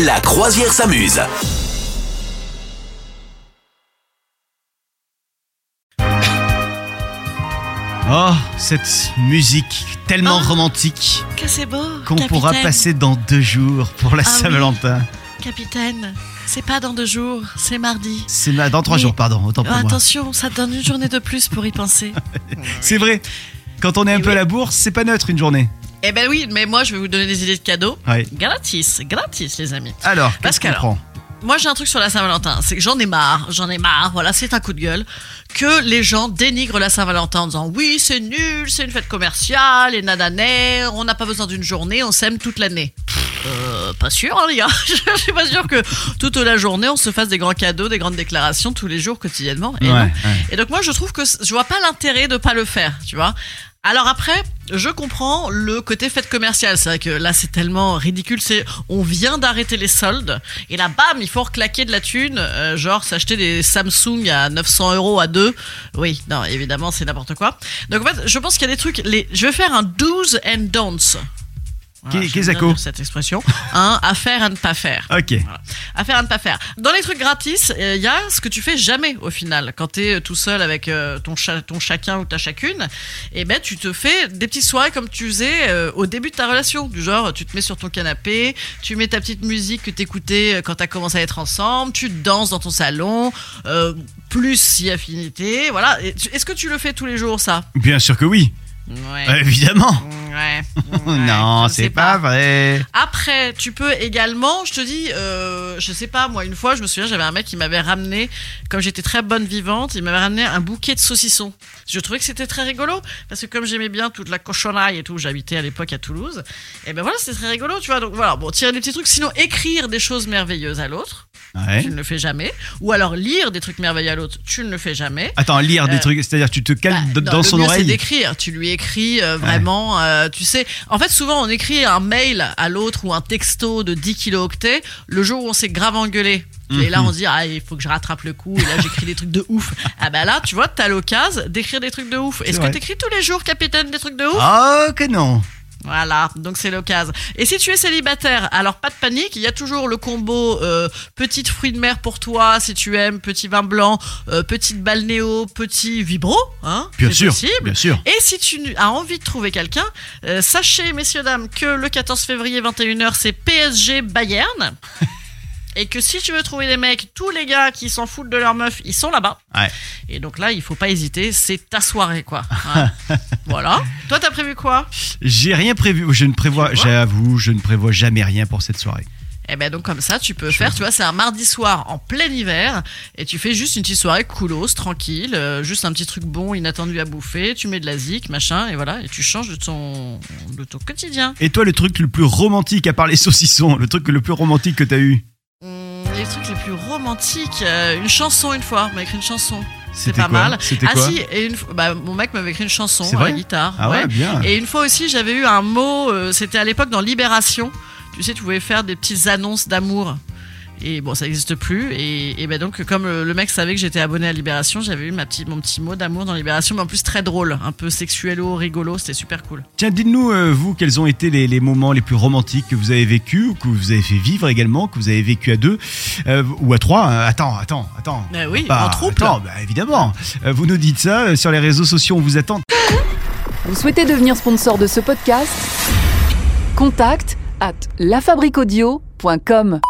La croisière s'amuse. Oh, cette musique tellement Ah. romantique Que c'est beau, qu'on capitaine. pourra passer dans deux jours pour la Ah oui. Saint-Valentin. Capitaine, c'est pas dans deux jours, c'est mardi. C'est ma- dans trois Mais- jours, pardon, autant Oh, pour moi. Attention, ça te donne une journée de plus pour y penser. C'est vrai, quand on est un Mais peu à oui. la bourse, c'est pas neutre une journée. eh ben oui, mais moi je vais vous donner des idées de cadeaux. Ouais. Gratis, gratis les amis. Alors, Parce qu'est-ce qu'on qu'alors- prend Moi j'ai un truc sur la Saint-Valentin, c'est que j'en ai marre, j'en ai marre, voilà, c'est un coup de gueule, que les gens dénigrent la Saint-Valentin en disant oui c'est nul, c'est une fête commerciale, et nananais, on n'a pas besoin d'une journée, on s'aime toute l'année. Euh, pas sûr hein, les gars, je suis pas sûr que toute la journée on se fasse des grands cadeaux, des grandes déclarations tous les jours quotidiennement. Ouais, Et Eh non. ouais. Et donc moi je trouve que c- je vois pas l'intérêt de pas le faire, tu vois. Alors après, je comprends le côté fête commerciale. C'est vrai que là c'est tellement ridicule. C'est on vient d'arrêter les soldes et là bam il faut reclaquer de la thune, euh, genre s'acheter des Samsung à 900 euros à deux. Oui, non évidemment c'est n'importe quoi. Donc en fait je pense qu'il y a des trucs. Les, je vais faire un do's and don'ts. Qu'est- j'aime qu'est-ce bien que- dire cette expression, hein, à faire à ne pas faire. Ok, Voilà. À faire, à ne pas faire. Dans les trucs gratis, euh, il y a ce que tu fais jamais au final. Quand tu es tout seul avec euh, ton, cha- ton chacun ou ta chacune, et ben, tu te fais des petites soirées comme tu faisais euh, au début de ta relation. Du genre, tu te mets sur ton canapé, tu mets ta petite musique que t'écoutais euh, quand t'as commencé à être ensemble, tu danses dans ton salon, euh, plus si affinité. Voilà. Et tu- Est-ce que tu le fais tous les jours, ça bien sûr que oui, Ouais. Euh, évidemment. Eh. Ouais. non, Je sais c'est pas, vrai. Après, tu peux également, je te dis, euh, je sais pas, moi, une fois, je me souviens, j'avais un mec qui m'avait ramené, comme j'étais très bonne vivante, il m'avait ramené un bouquet de saucissons. Je trouvais que c'était très rigolo, parce que comme j'aimais bien toute la cochonaille et tout, j'habitais à l'époque à Toulouse, et ben voilà, c'était très rigolo, tu vois. Donc voilà, bon, tirer des petits trucs, sinon écrire des choses merveilleuses à l'autre, Ouais. tu ne le fais jamais, ou alors lire des trucs merveilleux à l'autre, tu ne le fais jamais. Attends, lire des Euh, trucs, c'est-à-dire tu te Bah, calmes d- non, dans le son mieux, C'est oreille. d'écrire. Tu lui écris euh, vraiment. euh, tu sais, en fait, souvent on écrit un mail à l'autre ou un texto de 10 kilooctets le jour où on s'est grave engueulé. Et là, Mhm. on se dit, ah, il faut que je rattrape le coup. Et là, j'écris des trucs de ouf. Ah, bah là, tu vois, t'as l'occasion d'écrire des trucs de ouf. Est-ce vrai. que t'écris tous les jours, capitaine, des trucs de ouf Oh que non. Voilà, donc c'est l'occasion. Et si tu es célibataire, alors pas de panique, il y a toujours le combo euh, petite fruit de mer pour toi, si tu aimes, petit vin blanc, euh, petite balnéo, petit vibro, hein Bien c'est sûr, possible. bien sûr. Et si tu as envie de trouver quelqu'un, euh, sachez, messieurs, dames, que le 14 février, 21h, c'est PSG Bayern. Et que si tu veux trouver des mecs, tous les gars qui s'en foutent de leur meuf, ils sont là-bas. Ouais. Et donc là, il faut pas hésiter, c'est ta soirée, quoi. Ouais. voilà. Toi, t'as prévu quoi J'ai rien prévu, je ne prévois, Tu vois j'avoue, je ne prévois jamais rien pour cette soirée. Et ben donc comme ça, tu peux Je faire, vois. tu vois, c'est un mardi soir en plein hiver, et tu fais juste une petite soirée coolos, tranquille, euh, juste un petit truc bon, inattendu à bouffer, tu mets de la zik, machin, et voilà, et tu changes de ton, de ton quotidien. Et toi, le truc le plus romantique, à part les saucissons, le truc le plus romantique que t'as eu, Hum, les trucs les plus romantiques, euh, une chanson une fois, on m'a écrit une chanson. c'était pas quoi mal. C'était ah quoi si, et une, fois- bah, mon mec m'avait écrit une chanson C'est à la vrai guitare. Ah ouais, bien. Et une fois aussi, j'avais eu un mot, euh, c'était à l'époque dans Libération. Tu sais, tu pouvais faire des petites annonces d'amour. Et bon, ça n'existe plus. Et, et ben donc, comme le, le mec savait que j'étais abonné à Libération, j'avais eu ma petite, mon petit mot d'amour dans Libération, mais en plus très drôle, un peu sexuello, rigolo, c'était super cool. Tiens, dites-nous, euh, vous, quels ont été les, les moments les plus romantiques que vous avez vécu ou que vous avez fait vivre également, que vous avez vécu à deux euh, ou à trois hein. Attends, attends, attends. Eh oui, Pas- en trouble. Attends, bah, évidemment. Euh, vous nous dites ça euh, sur les réseaux sociaux, on vous attend. Vous souhaitez devenir sponsor de ce podcast Contact à lafabriquaudio.com.